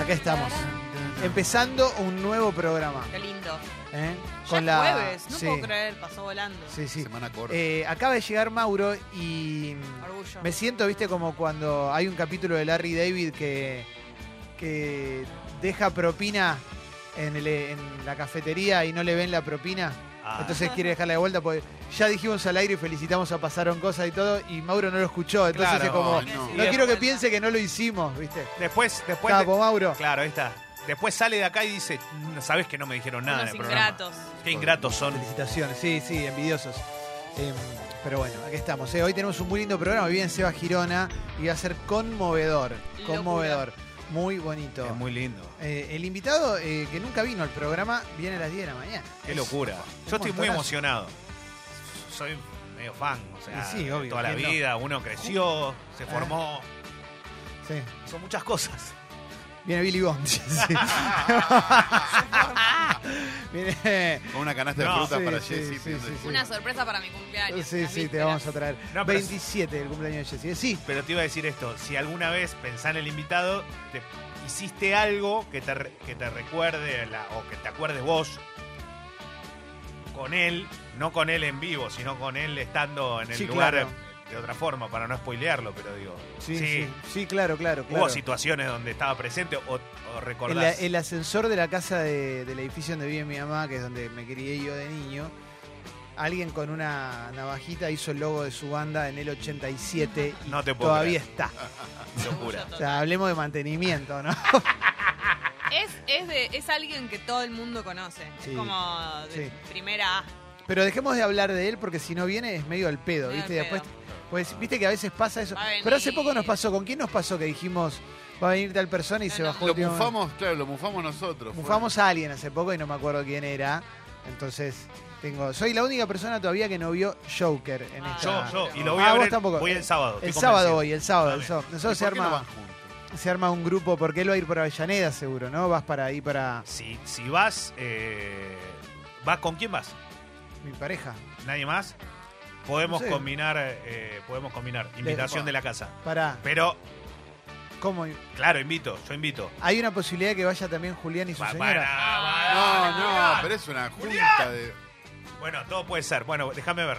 acá estamos. Eh, Empezando un nuevo programa. Qué lindo. ¿eh? Ya Con es la... jueves, no sí, puedo creer, pasó volando. Sí, sí. Semana corta. Eh, acaba de llegar Mauro y Orgullo. me siento, viste, como cuando hay un capítulo de Larry David que, que deja propina en, el- en la cafetería y no le ven la propina. Ah, Entonces quiere dejarla de vuelta porque ya dijimos al aire y felicitamos a Pasaron Cosas y todo y Mauro no lo escuchó. Entonces Claro, es como, no. Sí, no de quiero que vuelta. piense que no lo hicimos, viste. Ah. Después, después. Capo, Mauro. Claro, ahí está. Después sale de acá y dice, "Mm, sabes que no me dijeron nada en Unos el programa. ingratos. Qué ingratos son. Felicitaciones, sí, sí, envidiosos. Em, pero bueno, aquí estamos. ¿eh? Hoy tenemos un muy lindo programa. Hoy viene Seba Girona y va a ser conmovedor. Locura. Conmovedor. Muy bonito. Es muy lindo. Eh, el invitado eh, que nunca vino al programa viene a las 10 de la mañana. Qué Es- locura. un Yo estoy muy montonazo. emocionado. Soy medio fan, o sea, Y sí, obvio, toda la ¿quién no? vida. Uno creció, se Ah. formó. Sí. Son muchas cosas. Viene Billy Bond. sí. viene. Con una canasta de No, frutas sí, para sí, Jessy. sí, pidiendo sí, sí. disculpas. Una sorpresa para mi cumpleaños. Sí, las sí, te vísperas. vamos a traer. No, pero- 27 del cumpleaños de Jessy. Eh, Sí, Pero te iba a decir esto, si alguna vez pensás en el invitado, te- hiciste algo que te, re- que te recuerde la- o que te acuerdes vos con él, no con él en vivo, sino con él estando en el Sí, lugar claro. eh, de otra forma, para no spoilearlo, pero digo, sí, sí, sí, claro, claro. hubo claro. situaciones donde estaba presente o, o El, recordás. el ascensor de la casa de- del edificio donde vive mi mamá, que es donde me crié yo de niño, alguien con una navajita hizo el logo de su banda en el 87 y No te puedo todavía está. locura. O sea, hablemos de mantenimiento, ¿no? Es, es, de, es alguien que todo el mundo conoce. Sí. Es como de Sí. primera A. Pero dejemos de hablar de él porque si no viene es medio al pedo, Medio ¿viste? al Después, pedo. pues, viste que a veces pasa eso. Va a venir. Pero hace poco nos pasó, ¿con quién nos pasó que dijimos va a venir tal persona y No, se no. bajó Lo el tío? mufamos, claro, lo mufamos nosotros. Fue- Mufamos a alguien hace poco y no me acuerdo quién era. Entonces, tengo. Soy la única persona todavía que no vio Joker en Ah. esta. Yo, yo, y lo Ah, voy a vos ver, tampoco. voy el sábado. El estoy sábado convencido. voy, el sábado. el Dale. sábado. ¿Y por Nosotros se qué no arma, van juntos? se arma un grupo, porque él va a ir por Avellaneda seguro, ¿no? Vas para ahí para Si, si vas, eh, ¿vas con quién vas? mi pareja. ¿Nadie más? Podemos No sé. combinar, eh, podemos combinar. Invitación Epa. de la casa. Para, Pero, ¿cómo? claro, invito, yo invito. Hay una posibilidad que vaya también Julián y su Pa- señora. Ah, para- No, no, para- pero es una junta de. Bueno, todo puede ser. Bueno, déjame ver.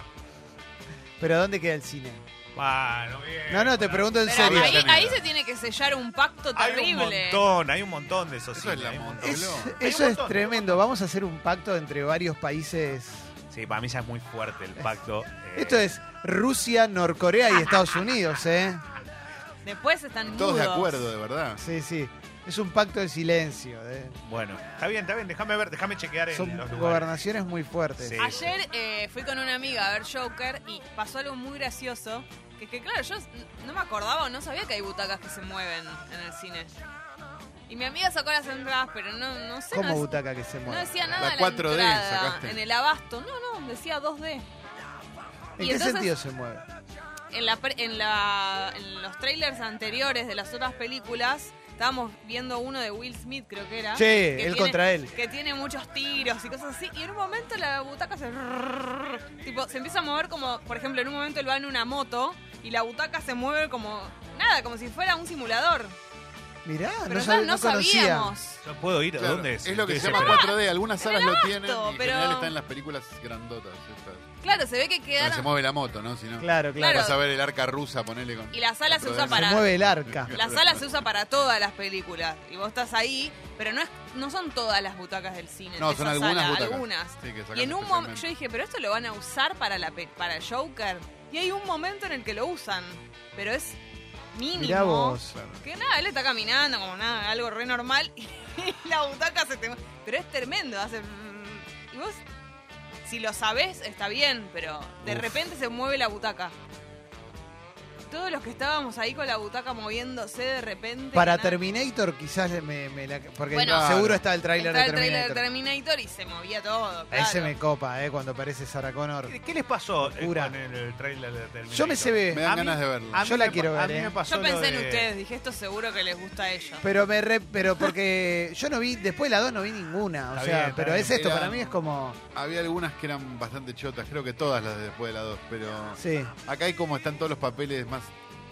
Pero ¿dónde queda el cine? Bueno, bien. No, no, te Bueno, pregunto en Pero serio. ahí, Tremendo. ahí se tiene que sellar un pacto Hay un terrible. montón, hay un montón de esos. ¿eh? Eso es cines, la hay un monta, montón. Es- boludo. Hay eso un es montón. Eh. tremendo. Vamos a hacer un pacto entre varios países. Sí, para mí ya es muy fuerte el pacto. eh, Esto es Rusia, Norcorea y Estados Unidos, ¿eh? Después están Todos de mudos. acuerdo, de verdad. Sí, sí. Es un pacto de silencio. ¿eh? Bueno, está bien, está bien. Déjame ver, déjame chequear en Son los lugares. gobernaciones muy fuertes. Sí. Ayer eh, fui con una amiga a ver Joker y pasó algo muy gracioso. Que es que, claro, yo no me acordaba o no sabía que hay butacas que se mueven en el cine. Y mi amiga sacó las entradas, pero no, no sé. Como no, butaca que se no mueve. decía nada La en 4D la entrada, sacaste. en el abasto. No, no, decía 2D. ¿En Y qué entonces- sentido se mueve? En, la, pre- en, la- en los trailers anteriores de las otras películas estábamos viendo uno de Will Smith, creo que era. Sí, que él tiene- contra él. Que tiene muchos tiros y cosas así. Y en un momento la butaca se... Tipo, se empieza a mover como, por ejemplo, en un momento él va en una moto y la butaca se mueve como... Nada, como si fuera un simulador. Mirá, Pero Ah, nosotros no, sab- no no conocía. sabíamos. Yo puedo ir, ¿a Claro, dónde es? es lo que se Estoy llama desesperado. 4D. Algunas salas lo tienen. Y en pero- general están en las películas grandotas. Estas. Claro, se ve que Donde se quedaron... mueve la moto, ¿no? Si no. Claro, claro. Vas a ver el arca rusa, ponele con. Y la sala se usa 4D. para- Se mueve el arca. La sala se usa para todas las películas y vos estás ahí, pero no, es, no son todas las butacas del cine. No, de son esa algunas sala, butacas. algunas. Sí, que sacan Y en un momento especialmente. yo dije, pero esto lo van a usar para la pe- para Joker. Y hay un momento en el que lo usan, pero es mínimo. Mirá vos. Claro. Que nada, él está caminando como nada, algo re normal y la butaca se te mue- pero es tremendo, hace mm, y vos si lo sabés está bien, pero de Uf. repente se mueve la butaca. Todos los que estábamos ahí con la butaca moviéndose de repente. Para que nada. Terminator quizás me, me la... Porque Bueno. seguro está el tráiler de Estaba el trailer Terminator. de Terminator y se movía todo. Ahí se claro. me copa, ¿eh? Cuando aparece Sarah Connor. Ah, ¿Qué- ¿Qué les pasó eh, Locura. con el, el trailer de Terminator? Yo me sé Me ve, A dan mí- ganas de verlo. A Yo mí la me quiero pa- ver, A mí eh. me pasó Yo pensé lo en de- ustedes, dije, esto seguro que les gusta a ellos. pero me re- pero porque yo no vi, después de la 2 no vi ninguna, o Está sea, bien, está pero bien. es esto, Era- para mí es como, Había algunas que eran bastante chotas, creo que todas las de después de la 2, pero sí, acá hay como están todos los papeles más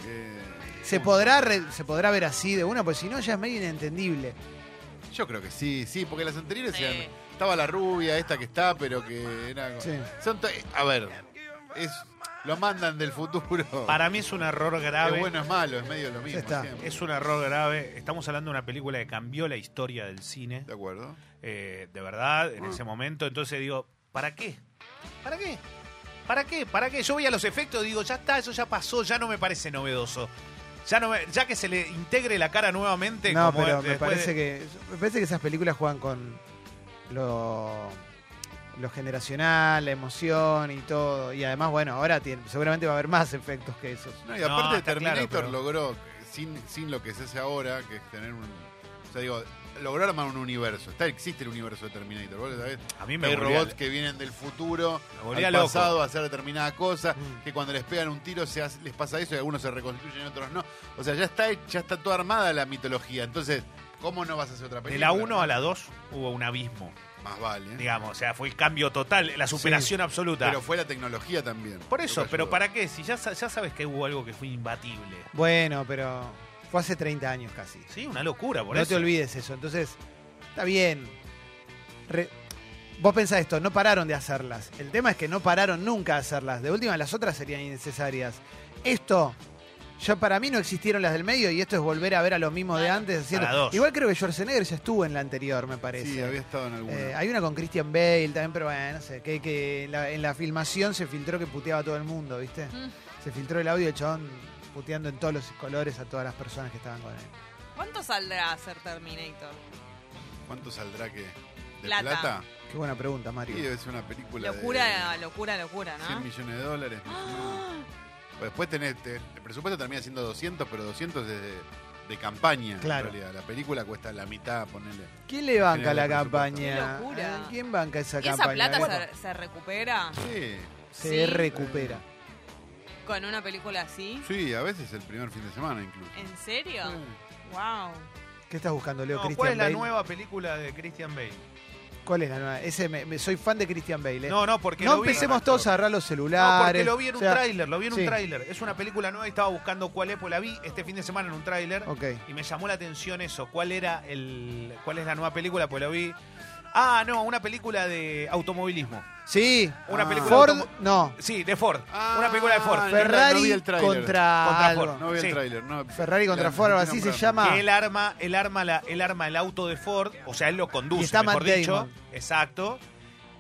eh, ¿Se podrá, re- se podrá ver así de una, pues si no ya es medio inentendible. Yo creo que sí, sí, porque las anteriores Sí. eran- Estaba la rubia, esta que está, pero que era. Sí. Son to- a ver, es, lo mandan del futuro. Para mí es un error es grave. bueno, es malo, es medio lo mismo. está. siempre. Es un error grave. Estamos hablando de una película que cambió la historia del cine, De acuerdo. eh, de verdad, Mm. en ese momento. Entonces digo, ¿para qué? ¿Para qué? ¿Para qué? ¿Para qué? Yo veía los efectos, digo, ya está, eso ya pasó, ya no me parece novedoso. Ya, no me- ya que se le integre la cara nuevamente. No, como pero es- me después parece de- que me parece que esas películas juegan con lo, lo generacional, la emoción y todo. Y además, bueno, ahora tiene- seguramente va a haber más efectos que esos. No, y No, aparte está Terminator claro, pero- logró, sin, sin lo que se hace ahora, que es tener un. O sea, digo, logró armar un universo. Está, existe el universo de Terminator, ¿vos lo sabés? A mí me Hay volvía- robots que vienen del futuro, Me volvía al loco. pasado a hacer determinada cosa, Mm. que cuando les pegan un tiro se hace- les pasa eso y algunos se reconstruyen y otros no. O sea, ya está, ya está toda armada la mitología. Entonces, ¿cómo no vas a hacer otra De película? la 1 a la 2 hubo un abismo, Más vale. ¿eh? digamos. O sea, fue el cambio total, la superación absoluta. Pero fue la tecnología también. Por lo eso, que pero ayudó. ¿para qué? Si ya, sa- ya sabes que hubo algo que fue imbatible. Bueno, pero fue hace 30 años casi. Sí, una locura, por no eso. te olvides eso. Entonces, está bien. Re- Vos pensás esto, no pararon de hacerlas. El tema es que no pararon nunca de hacerlas. De última, las otras serían innecesarias. Esto, ya para mí no existieron las del medio y esto es volver a ver a lo mismo de antes. haciendo- A la dos. Igual creo que Schwarzenegger ya estuvo en la anterior, me parece. Sí, había estado en alguna. Eh, hay una con Christian Bale también, pero bueno, no sé, que, que la- en la filmación se filtró que puteaba a todo el mundo, ¿viste? Mm. Se filtró el audio del chabón puteando en todos los colores a todas las personas que estaban con él. ¿Cuánto saldrá a ser Terminator? ¿Cuánto saldrá que? ¿De Plata. plata? Qué buena pregunta, Mario. Sí, debe ser una película Locura, de locura, locura, 100 ¿no? ¡Ah! millones de dólares. más o menos. Pues Después tenés, te- el presupuesto termina siendo 200, pero 200 es de, de campaña. en Claro. realidad. La película cuesta la mitad, ponele. ¿Quién le banca General la de presupuesto. campaña? Eh, Qué locura. ¿Quién banca esa ¿Y esa campaña? plata Bueno, se, se recupera Sí, se sí. recupera. con una película así? sí, a veces el primer fin de semana incluso. ¿En serio? Sí. Wow. ¿Qué estás buscando, Leo? No, Christian ¿Cuál es la Bale? nueva película de Christian Bale? ¿Cuál es la nueva? Ese me- me- soy fan de Christian Bale. ¿eh? No, no, porque No lo vi- empecemos todos a agarrar los No, celulares. porque lo vi en o un sea, tráiler, lo vi en sí. un tráiler. Es una película nueva y estaba buscando cuál es, pues la vi este fin de semana en un tráiler Ok. y me llamó la atención eso, cuál era el cuál es la nueva película, pues lo vi. Ah, no, una película de automovilismo. Sí. Una Ah. película Ford, de automo- no. Sí, de Ford. Ah, una película de Ford. no, no Ferrari vi el tráiler. contra, Contra algo. Ford. No vi Sí. el tráiler. No, Ferrari contra La- Ford, algo la- así se la- llama. Que él arma, él arma la, él arma el auto de Ford, o sea, él lo conduce, Y está mejor Matt dicho. Damon. Exacto.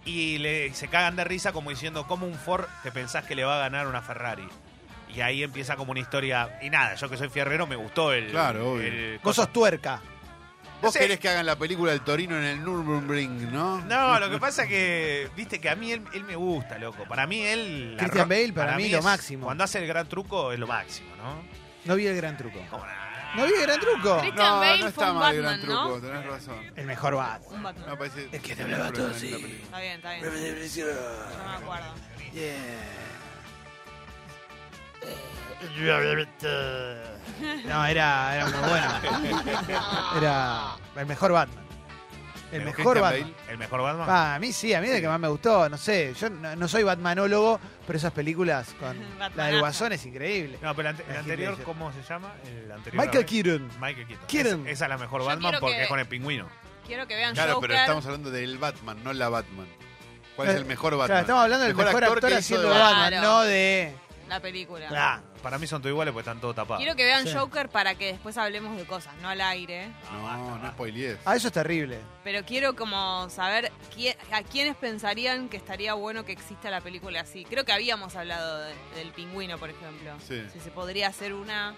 Y le, se cagan de risa como diciendo, ¿cómo un Ford te pensás que le va a ganar una Ferrari? Y ahí empieza como una historia. Y nada, yo que soy fierrero me gustó el. Claro, obvio. el- Vos sos tuerca. Vos Sí. querés que hagan la película del Torino en el Nürburgring, ¿no? No, lo que pasa que, viste, que a mí él, él me gusta, loco. Para mí él. la Christian ro- Bale, para mí, lo es- máximo. Cuando hace el gran truco, es lo máximo, ¿no? No vi el gran truco. Como, nah. No vi el gran truco. Christian No, Bale no fue está un mal el gran Batman, truco, ¿no? tenés razón. El mejor bat. Un Batman. No, parece, Es que te hablaba todo así. Está bien, está bien. Yo no me acuerdo. No, era, era muy bueno. Era el mejor Batman. El Pero mejor Christian Batman. Bale, El mejor Batman. Ah, a mí sí, a mí es el que más me gustó. No sé, yo no, no soy batmanólogo, pero esas películas con la del Batmanazo. Guasón es increíble. No, pero el ante- el Heath anterior, Ledger. ¿cómo se llama? El anterior. Michael a ver. Keaton. Michael Keaton. Keaton. Es- esa es la mejor Yo Batman quiero porque que- es con el pingüino. Quiero que vean Claro, Joker. pero estamos hablando del Batman, no la Batman. ¿Cuál Eh, es el mejor Batman? Claro, estamos hablando del mejor, actor, que hizo haciendo de Batman. Batman, Claro. no de. La película. Ah, para mí son todos iguales porque están todos tapados. Quiero que vean Sí. Joker para que después hablemos de cosas, no al aire. No, no spoilees. Ah, eso es terrible. Pero quiero como saber quién- a quiénes pensarían que estaría bueno que exista la película así. Creo que habíamos hablado de- del pingüino, por ejemplo. Sí. Si se podría hacer una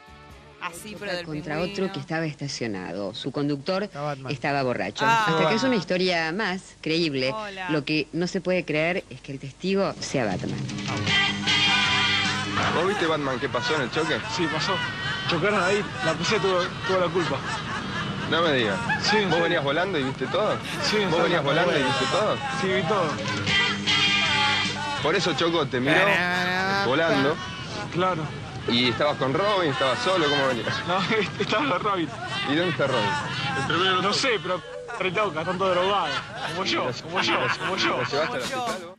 así, pero del contra pingüino. otro que estaba estacionado. Su conductor Está Batman. estaba borracho. Ah. Hasta que es una historia más creíble. Hola. Lo que no se puede creer es que el testigo sea Batman. ¿Vos viste Batman qué pasó en el choque? Sí, pasó. Chocaron ahí, la policía tuvo, tuvo la culpa. No me digas. Sí, ¿Vos sí. venías volando y viste todo? Sí, ¿Vos sí. venías volando y viste todo? Sí, vi todo. Por eso Choco te miró volando Claro. y estabas con Robin, estabas solo, ¿cómo venías? No, estaba los rabbits. ¿Y dónde está Robin? El primero, no sé, pero retoca, están todos drogados. Como yo, como yo, como yo. ¿Lo llevaste al hospital vos?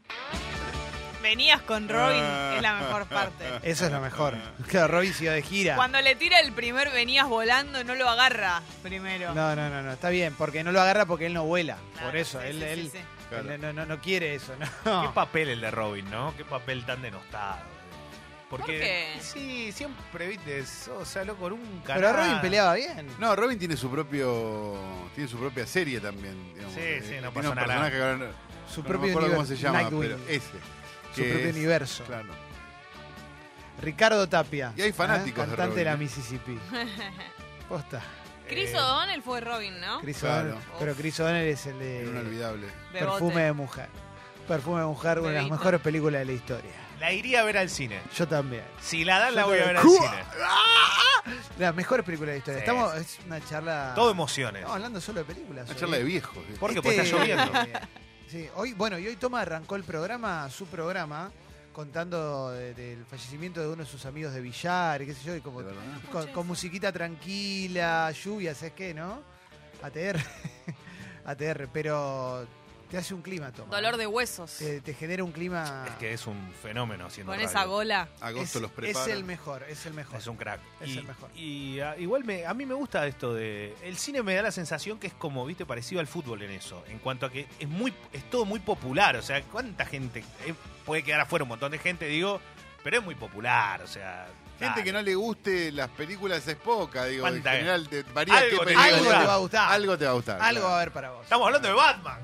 venías con Robin es la mejor parte. Eso es lo mejor. Claro, Robin se iba de gira. Cuando le tira el primer venías volando, no lo agarra primero. No, no, no, no, está bien, porque no lo agarra porque él no vuela. Por Claro, eso, sí, él, sí, sí, él- sí. Claro. él no, no- no quiere eso, ¿no? Qué papel el de Robin, ¿no? Qué papel tan denostado. Porque, ¿Por qué? Sí, siempre, viste, eso, o sea, loco, nunca. Pero nada. Robin peleaba bien. No, Robin tiene su propio. Tiene su propia serie también. Digamos. Sí, Eh, sí, tiene no pasa un nada. personaje que ahora no- Su no me propio acuerdo cómo universo. se llama, Nightwing. pero ese. Su que propio es- universo. Claro. Ricardo Tapia. ¿eh? Y hay fanáticos de Cantante de, Robin, la ¿eh? Mississippi. Posta. Chris Eh, O'Donnell fue Robin, ¿no? Chris Claro. O'Donnell. Pero Chris O'Donnell es el Era de inolvidable. Bebote. Perfume de Mujer. Perfume de Mujer, una de las Bebito. mejores películas de la historia. La iría a ver al cine. Yo también. Si la dan, Yo la voy a ver al también. cine. Las mejores películas de la historia. Sí. Estamos, es una charla. Todo emociones. Estamos hablando solo de películas. Una hoy. charla de viejos. eh. ¿Por qué? Porque está lloviendo. Sí, hoy, bueno, y hoy Toma arrancó el programa, su programa, contando de- del fallecimiento de uno de sus amigos de Villar, y qué sé yo, y como, De verdad. con, con musiquita tranquila, lluvia, ¿sabes qué, no? ATR. ATR, pero te hace un clima, Toma. Dolor de huesos. Te, te genera un clima. Es que es un fenómeno haciendo Con radio. esa gola. Agosto es- los es prepara. el mejor, es el mejor. Es un crack. Es y, el mejor. y, ah, igual me, a mí me gusta esto de. El cine me da la sensación que es como, viste, parecido al fútbol en eso. En cuanto a que es muy es todo muy popular. O sea, ¿cuánta gente? eh, puede quedar afuera un montón de gente, digo, pero es muy popular. O sea. Gente que no le guste las películas es poca, digo. En ¿Cuánta? general, te, varía Algo qué te película. Algo te va a gustar. Algo, Algo te va a gustar. va a claro. haber para vos. Estamos hablando de Batman.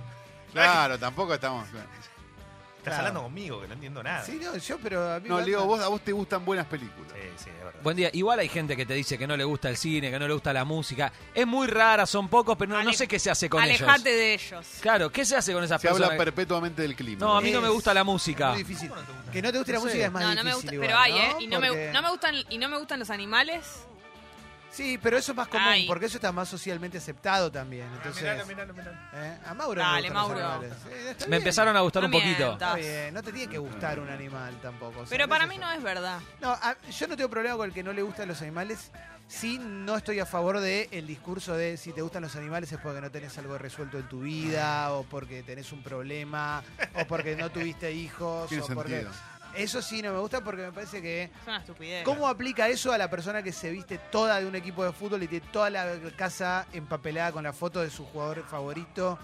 Claro, tampoco estamos. claro. Estás Claro. hablando conmigo, que no entiendo nada. Sí, no, yo, pero a mí No, Batman- Leo, vos, a vos te gustan buenas películas. Sí, sí, es verdad. Buen día. Igual hay gente que te dice que no le gusta el cine, que no le gusta la música. Es muy rara, son pocos, pero no, no Ale- sé qué se hace con Alejate ellos. de ellos. Claro, ¿qué se hace con esas Se habla personas? perpetuamente del clima. No, a mí no me Es- gusta la Es música. muy difícil. Que no te guste la No sé. música es más No, difícil. no me gusta. igual, Pero hay, ¿eh? Y no, Porque- me, no me gustan, y no me gustan los animales. Sí, pero eso es más común, Ay. porque eso está más socialmente aceptado también. Entonces, Miralo, miralo, miralo. ¿eh? a Mauro. Dale, le gustan los Mauro. animales. Eh, está Me bien. empezaron a gustar No un poquito. mientas. Está bien, no te tiene que gustar un animal tampoco. o sea, Pero qué para sé mí yo. no es verdad. No, a- yo no tengo problema con el que no le gustan los animales. Sí, no estoy a favor del el discurso de si te gustan los animales es porque no tenés algo resuelto en tu vida, o porque tenés un problema, o porque no tuviste hijos. Tiene o porque- sentido. Eso sí no me gusta porque me parece que Es una estupidez. ¿Cómo aplica eso a la persona que se viste toda de un equipo de fútbol y tiene toda la casa empapelada con la foto de su jugador favorito?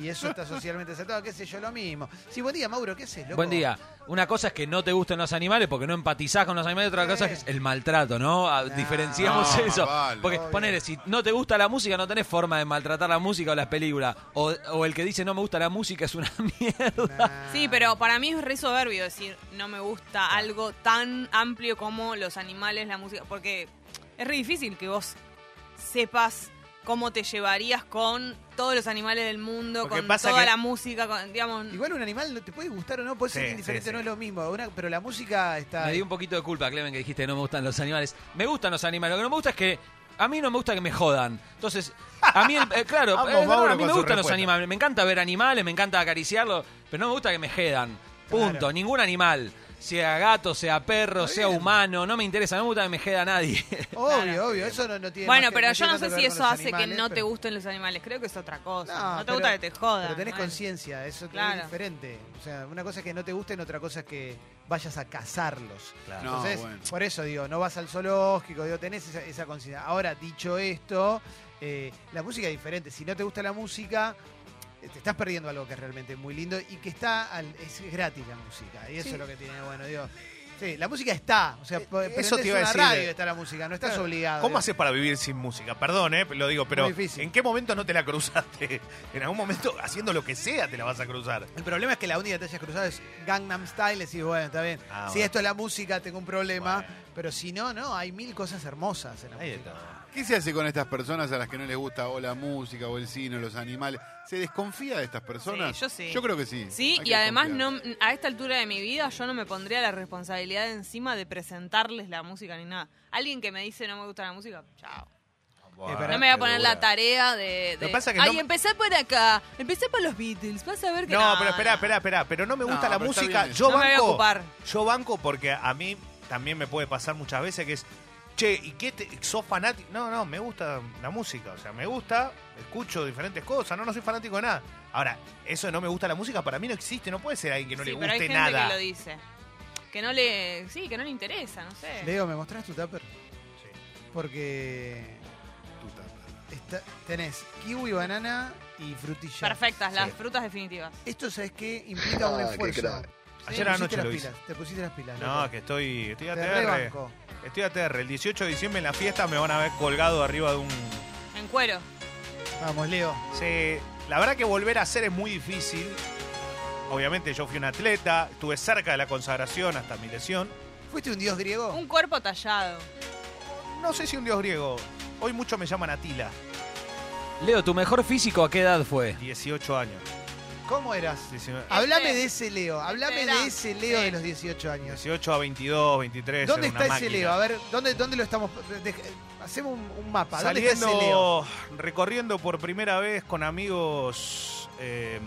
Y eso está socialmente aceptado, qué sé yo, lo mismo. Sí, buen día, Mauro, ¿qué haces, loco? Buen día. Una cosa es que no te gusten los animales porque no empatizás con los animales, otra cosa es, que es el maltrato, ¿no? Ah, No. Diferenciamos No, más eso. vale. porque Obvio. ponele, si no te gusta la música, no tenés forma de maltratar la música o las películas. O, o el que dice no me gusta la música es una mierda. Nah. Sí, pero para mí es re soberbio decir no me gusta algo tan amplio como los animales, la música, porque es re difícil que vos sepas cómo te llevarías con todos los animales del mundo, Porque con pasa toda que- la música, con, digamos... Igual un animal no te puede gustar o no, puede ser Sí, indiferente, sí, sí. no es lo mismo. Una- pero la música está. Me di un poquito de culpa, Clemen, que dijiste que no me gustan los animales. Me gustan los animales. Lo que no me gusta es que. A mí no me gusta que me jodan. Entonces, a mí, el- eh, claro, Vamos, es verdad, Mauro, a mí con me su gustan los respuesta. animales. Me encanta ver animales, me encanta acariciarlos, pero no me gusta que me jedan. Punto. Claro. Ningún animal. Sea gato, sea perro, Está sea bien. humano, no me interesa, no me gusta que me jeda nadie. Obvio, Claro. obvio, eh. eso no, no tiene. Bueno, más que- pero yo tiene no tanto sé ver si con eso los hace que animales, no te pero- gusten los animales, creo que es otra cosa. No, te pero- gusta que te jodan. Pero tenés bueno. conciencia, eso Claro. es diferente. O sea, una cosa es que no te gusten, otra cosa es que vayas a cazarlos. Claro. No, Entonces, bueno. por eso digo, no vas al zoológico, digo, tenés esa, esa conciencia. Ahora, dicho esto, eh, la música es diferente. Si no te gusta la música, eh, te estás perdiendo algo que es realmente muy lindo y que está al- es gratis la música. Y eso es lo que tiene, bueno, digo. Sí, la música está. O sea, Eh, eso eso te iba a decir. eh, radio y está la música, no estás Claro. obligado. ¿Cómo digo. haces para vivir sin música? Perdón, eh, lo digo, pero Muy difícil. ¿en qué momento no te la cruzaste? En algún momento, haciendo lo que sea, te la vas a cruzar. El problema es que la única que te hayas cruzado es Gangnam Style y decís, bueno, está bien. Ah, si bueno. esto es la música, tengo un problema. Bueno. Pero si no, no, hay mil cosas hermosas en la Ahí música. está. ¿Qué se hace con estas personas a las que no les gusta o la música o el cine o los animales? ¿Se desconfía de estas personas? Sí, yo sí. Yo creo que sí. Sí, Hay que y además desconfiar. no, a esta altura de mi vida yo no me pondría la responsabilidad encima de presentarles la música ni nada. Alguien que me dice no me gusta la música, chao. pero- No me voy a Qué poner la dura. tarea de. Lo de, que pasa es que Ay, no- empecé por acá. Empecé por los Beatles. Vas a ver que. No, pero espera, espera, espera, espera. Pero no me No, gusta la pero está música. bien. Yo No me voy a banco. ocupar. yo banco porque a mí también me puede pasar muchas veces que es. che, ¿y qué te, sos fanático? No, no, me gusta la música, o sea, me gusta, escucho diferentes cosas, no, no soy fanático de nada. Ahora, eso de no me gusta la música para mí no existe, no puede ser alguien que no sí, le pero hay guste gente nada. que lo dice. Que no le. Sí, que no le interesa, no sé. Leo, ¿me mostrás tu tupper? Sí, Porque tu tapa. está- tenés kiwi, banana y frutilla. Perfectas, las Sí. frutas definitivas. Esto, ¿sabes qué? Implica un Ah, qué esfuerzo. crack. Te Ayer pusiste anoche las lo hice. pilas, Te pusiste las pilas. No, loco. que estoy, estoy Te ATR. rebanco. Estoy ATR. El 18 de diciembre en la fiesta me van a ver colgado arriba de un. En cuero. Vamos, Leo. Se- La verdad que volver a hacer es muy difícil. Obviamente yo fui un atleta, estuve cerca de la consagración hasta mi lesión. ¿Fuiste un dios griego? Un cuerpo tallado. No sé si un dios griego. Hoy muchos me llaman Atila, Leo, ¿tu mejor físico a qué edad fue? 18 años. ¿Cómo eras? 19 Háblame Este. de ese Leo. Háblame Este era. de ese Leo Sí. de los 18 años. 18 a 22, 23. ¿Dónde era está una ese máquina. Leo? A ver, ¿dónde, dónde lo estamos? Dej- Hacemos un, un mapa. ¿Dónde Saliendo, está ese Leo? recorriendo por primera vez con amigos eh,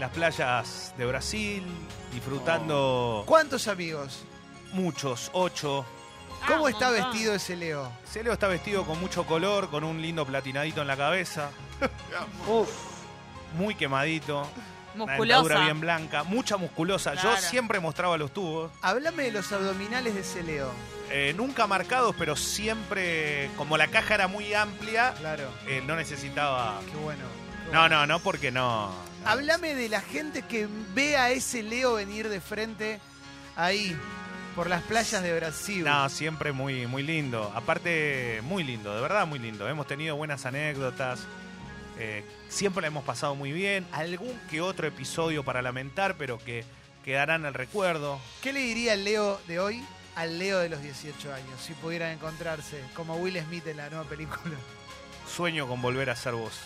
las playas de Brasil, disfrutando ¿Cuántos amigos? muchos, ocho. Ah, ¿Cómo un está montón. vestido ese Leo? Celio está vestido con mucho color, con un lindo platinadito en la cabeza, muy quemadito, una dentadura Musculosa. bien blanca, mucha musculosa. Yo Claro. siempre mostraba los tubos, Háblame de los abdominales de ese Leo. eh, nunca marcados, pero siempre, como la caja era muy amplia, Claro. eh, no necesitaba... Qué bueno. No, no, no, porque no... no. Háblame de la gente que ve a ese Leo venir de frente ahí, por las playas de Brasil. No, siempre muy, muy lindo. Aparte, muy lindo, de verdad muy lindo. Hemos tenido buenas anécdotas. eh, siempre la hemos pasado muy bien. Algún que otro episodio para lamentar, pero que quedarán en el recuerdo. ¿Qué le diría el Leo de hoy al Leo de los 18 años si pudieran encontrarse como Will Smith en la nueva película? Sueño con volver a ser vos.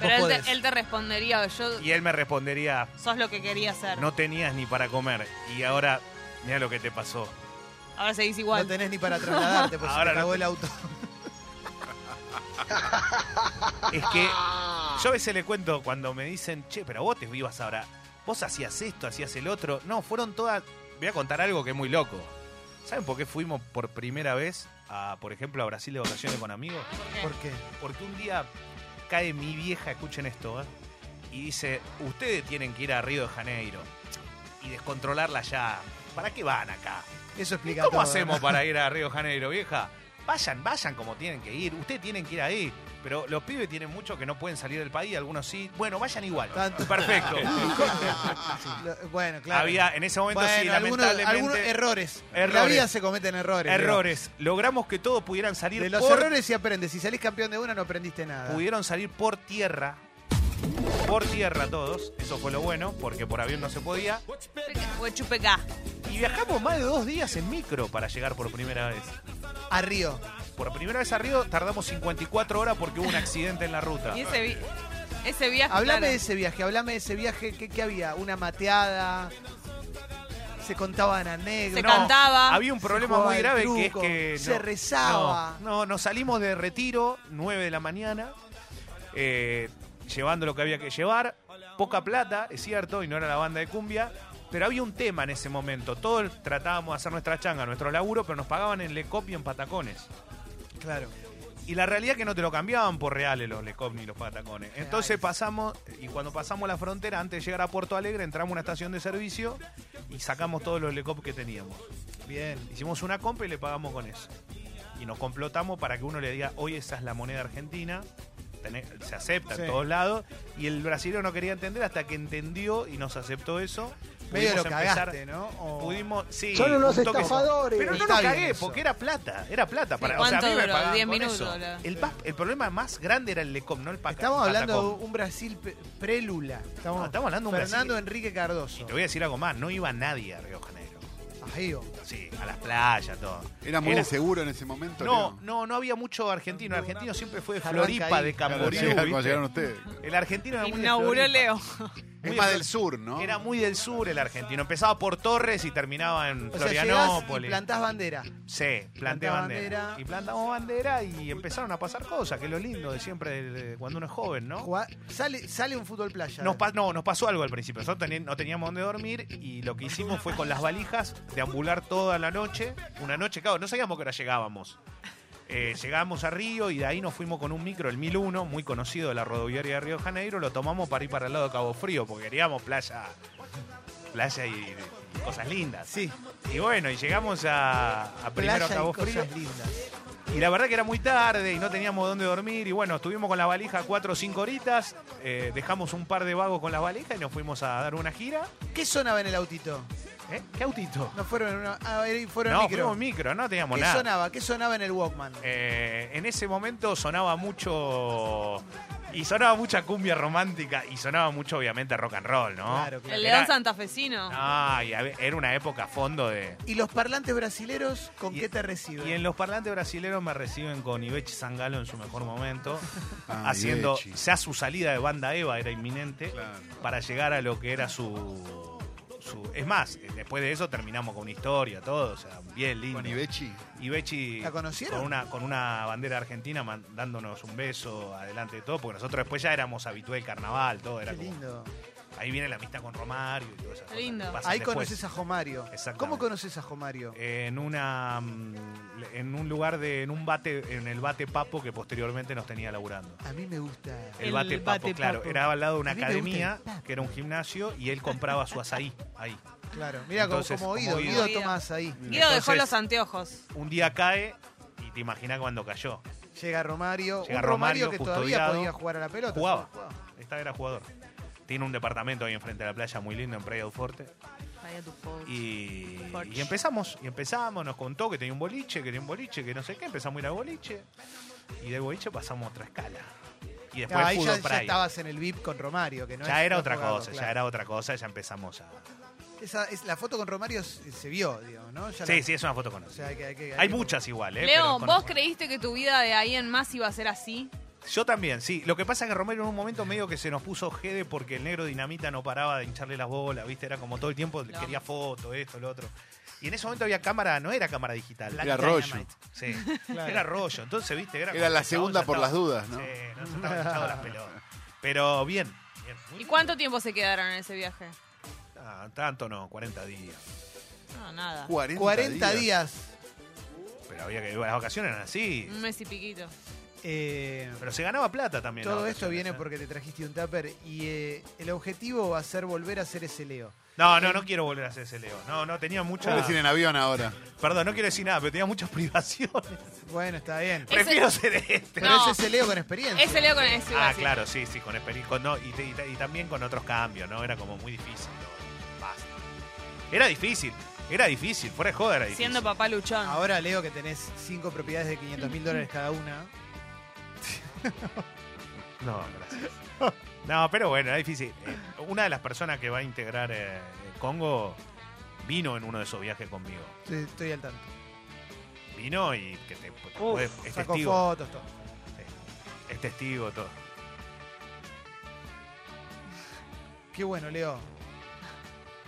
Pero Vos él podés. te, él te respondería, yo Y él me respondería, sos lo que quería ser. no tenías ni para comer. Y ahora, mira lo que te pasó. Ahora seguís No igual. tenés ni para trasladarte, pues se Ahora te cagó no. el auto. Es que yo a veces le cuento cuando me dicen, che, pero vos te vivas ahora. Vos hacías esto, hacías el otro. No, fueron todas. Voy a contar algo que es muy loco. ¿Saben por qué fuimos por primera vez a, por ejemplo, a Brasil de vacaciones con amigos? ¿Por qué? Porque un día cae mi vieja, escuchen esto, ¿eh? y dice, ustedes tienen que ir a Río de Janeiro y descontrolarla ya. ¿Para qué van acá? Eso ¿Y explica ¿Cómo todo, hacemos ¿verdad? para ir a Río de Janeiro, vieja? Vayan, vayan como tienen que ir. Ustedes tienen que ir ahí. Pero los pibes tienen muchos que no pueden salir del país, algunos sí. Bueno, vayan igual. Tanto. Perfecto. Lo- bueno, claro. Había en ese momento Bueno, sí, algunos, lamentablemente. algunos errores. En la Errores. vida se cometen errores. Leo. errores. Logramos que todos pudieran salir De los por- errores se aprende. Si salís campeón de una, no aprendiste nada. Pudieron salir por tierra. Por tierra todos. Eso fue lo bueno, porque por avión no se podía. O chupecá. Y viajamos más de dos días en micro para llegar por primera vez. A Río. Por primera vez a Río tardamos 54 horas porque hubo un accidente en la ruta. Y ese, vi- ese viaje. Hablame claro. de ese viaje, hablame de ese viaje. ¿Qué, qué había? ¿Una mateada? ¿Se contaban Se anécdotas? No, cantaba. Había un Se problema jugaba muy el grave truco, que es que. se rezaba. No, no, nos salimos de retiro, 9 de la mañana, eh, llevando lo que había que llevar. Poca plata, es cierto, y no era la banda de cumbia. Pero había un tema en ese momento. Todos tratábamos de hacer nuestra changa, nuestro laburo, pero nos pagaban en Lecop y en patacones. Claro. Y la realidad es que no te lo cambiaban por reales los Lecop ni los patacones. Entonces pasamos, y cuando pasamos la frontera, antes de llegar a Puerto Alegre, entramos a una estación de servicio y sacamos todos los Lecop que teníamos. Bien. Hicimos una compra y le pagamos con eso. Y nos complotamos para que uno le diga, hoy esa es la moneda argentina. Tené- se acepta Sí. en todos lados. Y el brasileño no quería entender hasta que entendió y nos aceptó eso. Medio lo Pudimos empezar- cagaste, ¿no? O- Pudimos, sí, Son unos un toque- estafadores. Pero no Está lo bien cagué, eso. porque era plata. Era plata. Para, o sea, a ¿Cuánto mí me duró? pagaban 10 con minutos, eso. la- El, pas- el problema más grande era el Lecom, no el Paca. Estamos hablando Patacom. de un Brasil pe- prélula. Estamos, No, Ah, estamos hablando de un Fernando Brasil- Enrique Cardoso. Y te voy a decir algo más, no iba nadie a Río de Janeiro. Ahí va. Sí, a las playas, todo. Era muy Era- inseguro en ese momento. No, Leo. no, no había mucho argentino. El argentino siempre fue de Arranca Floripa, ahí. de Claro, Camboriú. llegaron- ¿viste? cuando llegaron ustedes. El argentino era muy de Inauguró Floripa. Leo. Es muy más de- del sur, ¿no? Era muy del sur el argentino. Empezaba por Torres y terminaba en O sea, llegás y Florianópolis. plantás bandera. Sí, planté Plantaba bandera. bandera. Y plantamos bandera y empezaron a pasar cosas, que es lo lindo de siempre de- de cuando uno es joven, ¿no? Jugá- sale, sale un fútbol playa. Nos, pa- no, nos pasó algo al principio. Nosotros teni- no teníamos dónde dormir y lo que hicimos fue con las valijas deambular toda la noche. Una noche, claro, no sabíamos que hora llegábamos. Eh, llegamos a Río y de ahí nos fuimos con un micro, el 1001, muy conocido de la rodoviaria de Río de Janeiro. Lo tomamos para ir para el lado de Cabo Frío porque queríamos playa, playa y, y cosas lindas. Sí. Y bueno, y llegamos a, a primero Playa a Cabo y cosas Frío. lindas. Y la verdad que era muy tarde y no teníamos dónde dormir. Y bueno, estuvimos con la valija cuatro o cinco horitas. eh, dejamos un par de vagos con la valija y nos fuimos a dar una gira. ¿Qué sonaba en el autito? ¿Eh? ¿Qué autito? No fueron en una. Ah, era- fueron en No, micro. fuimos micro, no teníamos ¿Qué nada. sonaba? ¿Qué sonaba en el Walkman? Eh, en ese momento sonaba mucho. Y sonaba mucha cumbia romántica y sonaba mucho, obviamente, rock and roll, ¿no? Claro, claro. El león Era- santafesino. Ah, y había- era una época a fondo de. ¿Y los parlantes brasileros con Y- qué te reciben? Y en los parlantes brasileños me reciben con Ibechi Sangalo en su mejor momento, Ah, haciendo Ibechi. ya su salida de banda Eva era inminente Claro. para llegar a lo que era su, su- es más, eh, después de eso terminamos con una historia todo, o sea, bien lindo. Con Ibechi. Ibechi ¿La conocieron? con una con una bandera argentina man- dándonos un beso adelante de todo, porque nosotros después ya éramos habitué del carnaval, todo era Qué como- lindo. ahí viene la amistad con Romario y todo eso. Lindo. Ahí conoces a Jomario. Exactamente. Eh, ¿Cómo conoces a Jomario? en una mm, en un lugar de en un bate en el bate papo que posteriormente nos tenía laburando A mí me gusta. el, El bate, papo, Bate claro Papo. era al lado de una A mí me gusta el academia papo. que era un gimnasio y él compraba su azaí ahí Claro. Mira como, Entonces, como como Mm. Guido. Guido. Guido Tomás ahí. Guido dejó Entonces- los anteojos. un día cae y te imaginas cuando cayó Llega Romario. Llega un Romario, Romario, que todavía custodiado. podía jugar a la pelota. jugaba esta era jugador tiene un departamento ahí enfrente de la playa muy lindo en Playa del Forte y, y empezamos y empezamos nos contó que tenía un boliche que tenía un boliche que no sé qué empezamos a ir al boliche y del boliche pasamos a otra escala y después Claro, Ah, ahí fútbol ya, ya playa. estabas en el VIP con Romario. Que no ya es- era no otra jugaba, cosa, ya claro. era otra cosa, ya empezamos a. Esa, es, la foto con Romario se, se vio, digamos, ¿no? Ya Sí, la- sí, es una foto con O sea, hay, que- hay que- Hay que- muchas igual, ¿eh? Leo, Pero con- ¿vos creíste que tu vida de ahí en más iba a ser así? Yo también, sí. Lo que pasa es que Romero en un momento medio que se nos puso jede porque el negro dinamita no paraba de hincharle las bolas, ¿viste? Era como todo el tiempo le No. quería foto, esto, lo otro. Y en ese momento había cámara, no era cámara digital. Black Era Dynamite. rollo. Sí, Claro. era rollo. Entonces, ¿viste? Era, Era como la que segunda chabón ya por las dudas, ¿no? Sí, no se estaban hinchando las pelotas. Pero bien. bien. Muy ¿Y bien. cuánto tiempo se quedaron en ese viaje? Ah, tanto no, 40 días. No, nada. 40, 40 días. Pero había que. Las vacaciones eran así. Un mes y piquito. Eh, Pero se ganaba plata también. todo las esto vacaciones, viene ¿eh? porque te trajiste un tupper y eh, el objetivo va a ser volver a ser ese Leo. No, no, no quiero volver a hacer ese Leo. No, no, tenía mucha. Vos decís en avión ahora. Perdón, no quiero decir nada, pero tenía muchas privaciones. Bueno, está bien. Ese- Prefiero ser este. Pero No. es ese Leo con experiencia. Ese Leo con ese iba a Ah, decir. claro, sí, sí, con experiencia. con- no, y, te- y te- y también con otros cambios, ¿no? Era como muy difícil. ¿no? Basta. Era difícil, era difícil, fuera de joda era difícil. Siendo papá luchón. Ahora, Leo, que tenés cinco propiedades de 500 mil dólares cada una. No, gracias. No, pero bueno, era difícil. Eh, Una de las personas que va a integrar eh, Congo vino en uno de esos viajes conmigo. Estoy, estoy al tanto. Vino y que te, Uf, es saco testigo. fotos, todo. Es testigo todo. Qué bueno, Leo.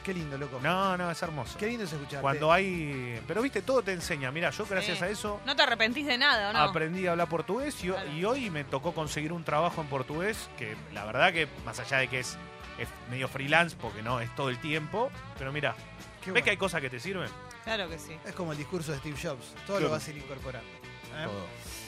Qué lindo, loco. No, no, es hermoso. Qué lindo es escucharte. Cuando hay. Pero viste, todo te enseña. Mira, yo gracias Sí. a eso No te arrepentís de nada, ¿o ¿no? aprendí a hablar portugués y, Claro. y hoy me tocó conseguir un trabajo en portugués que la verdad que, más allá de que es, es medio freelance, porque no es todo el tiempo, pero mira, Qué ¿ves bueno. que hay cosas que te sirven? Claro que sí. Es como el discurso de Steve Jobs. Todo lo Claro. vas a ir incorporando. ¿eh? Todo.